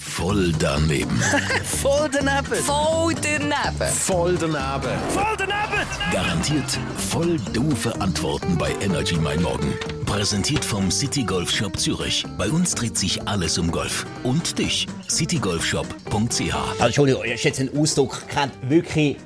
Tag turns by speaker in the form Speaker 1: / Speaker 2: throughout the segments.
Speaker 1: Voll daneben.
Speaker 2: Voll daneben.
Speaker 3: Voll daneben.
Speaker 1: Voll daneben.
Speaker 2: Voll daneben.
Speaker 1: Garantiert voll doofe Antworten bei Energy Mein Morgen. Präsentiert vom City Golf Shop Zürich. Bei uns dreht sich alles um Golf. Und dich. citygolfshop.ch
Speaker 4: Also, Entschuldigung, das ist jetzt ein Ausdruck, kennt wirklich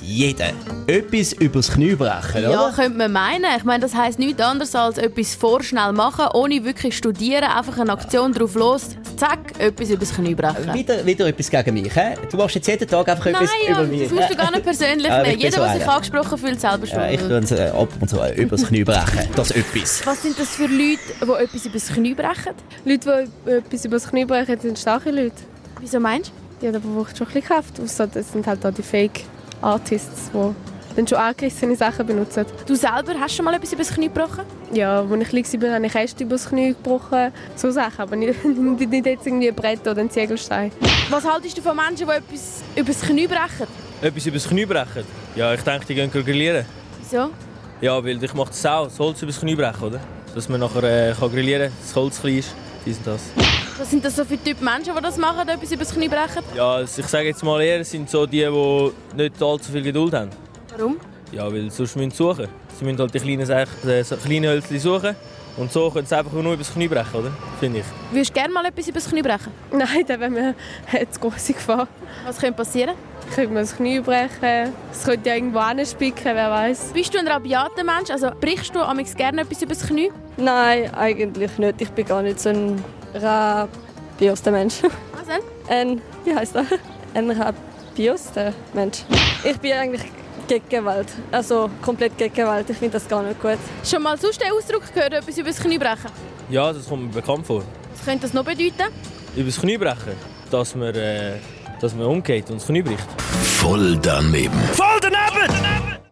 Speaker 4: jeder. Etwas übers Knie brechen,
Speaker 5: Ja,
Speaker 4: oder?
Speaker 5: könnte man meinen. Ich meine, das heisst nichts anderes als etwas vorschnell machen, ohne wirklich studieren, einfach eine Aktion drauf los, zack, etwas übers Knie brechen.
Speaker 4: Wieder, wieder etwas gegen mich, hä? Du machst jetzt jeden Tag einfach
Speaker 5: Nein,
Speaker 4: etwas
Speaker 5: ja,
Speaker 4: über mich.
Speaker 5: das musst du gar nicht persönlich
Speaker 4: Aber ich bin
Speaker 5: nehmen. Jeder,
Speaker 4: so
Speaker 5: der sich
Speaker 4: einer.
Speaker 5: angesprochen fühlt, selber
Speaker 4: Ja, ich
Speaker 5: schuld.
Speaker 4: tue uns äh, ab und zu äh, übers Knie brechen. Das etwas.
Speaker 5: Was sind das für Leute, die etwas übers Knie brechen?
Speaker 6: Leute, die etwas über das Knie brechen, sind starke Leute.
Speaker 5: Wieso meinst du?
Speaker 6: Ja, da braucht schon ein bisschen Kraft. Ausser, das sind halt auch die Fake-Artists, die dann schon angerissene Sachen benutzen.
Speaker 5: Du selber hast schon mal etwas übers Knie gebrochen?
Speaker 6: Ja, als ich klein war, habe ich Äste über das Knie gebrochen. So Sachen, aber nicht, nicht jetzt irgendwie ein Brett oder ein Ziegelstein.
Speaker 5: Was haltest du von Menschen, die etwas übers Knie brechen?
Speaker 7: Etwas übers Knie brechen? Ja, ich denke, die gehen grillieren.
Speaker 5: Wieso?
Speaker 7: Ja, weil ich mache das auch, das Holz übers Knie brechen, oder? Dass man nachher äh, kann grillieren kann, das Holz klein ist, dies und das.
Speaker 5: Was sind das so für Typen Menschen, die das machen, etwas übers Knie brechen?
Speaker 7: Ja, also ich sage jetzt mal eher, es sind so die, die nicht allzu viel Geduld haben.
Speaker 5: Warum?
Speaker 7: Ja, weil sonst müssen sie suchen. Sie müssen halt die kleinen, Sech- äh, so kleinen Hölzchen suchen und so können sie einfach nur übers Knie brechen, oder? Finde ich.
Speaker 5: Würdest du gerne mal etwas übers Knie brechen?
Speaker 6: Nein, da wäre mir eine zu grosse Gefahr.
Speaker 5: Was könnte passieren?
Speaker 6: Ich könnte mir das Knie brechen, es könnte ja irgendwo anspicken, wer weiß.
Speaker 5: Bist du ein rabiater Mensch? Also brichst du amigs gerne etwas übers Knie?
Speaker 8: Nein, eigentlich nicht. Ich bin gar nicht so ein rabioster Mensch.
Speaker 5: Was denn?
Speaker 8: Ein, wie heißt er? Ein rabioster Mensch. Ich bin eigentlich gegen Gewalt. Also komplett gegen Gewalt. Ich finde das gar nicht gut.
Speaker 5: Schon mal sonst den Ausdruck gehört, etwas übers Knie brechen?
Speaker 7: Ja, das kommt mir bekannt vor.
Speaker 5: Was könnte das noch bedeuten?
Speaker 7: Übers Knie brechen, dass man, äh, dass man umgeht und das Knie bricht.
Speaker 1: Voll daneben.
Speaker 2: Voll daneben.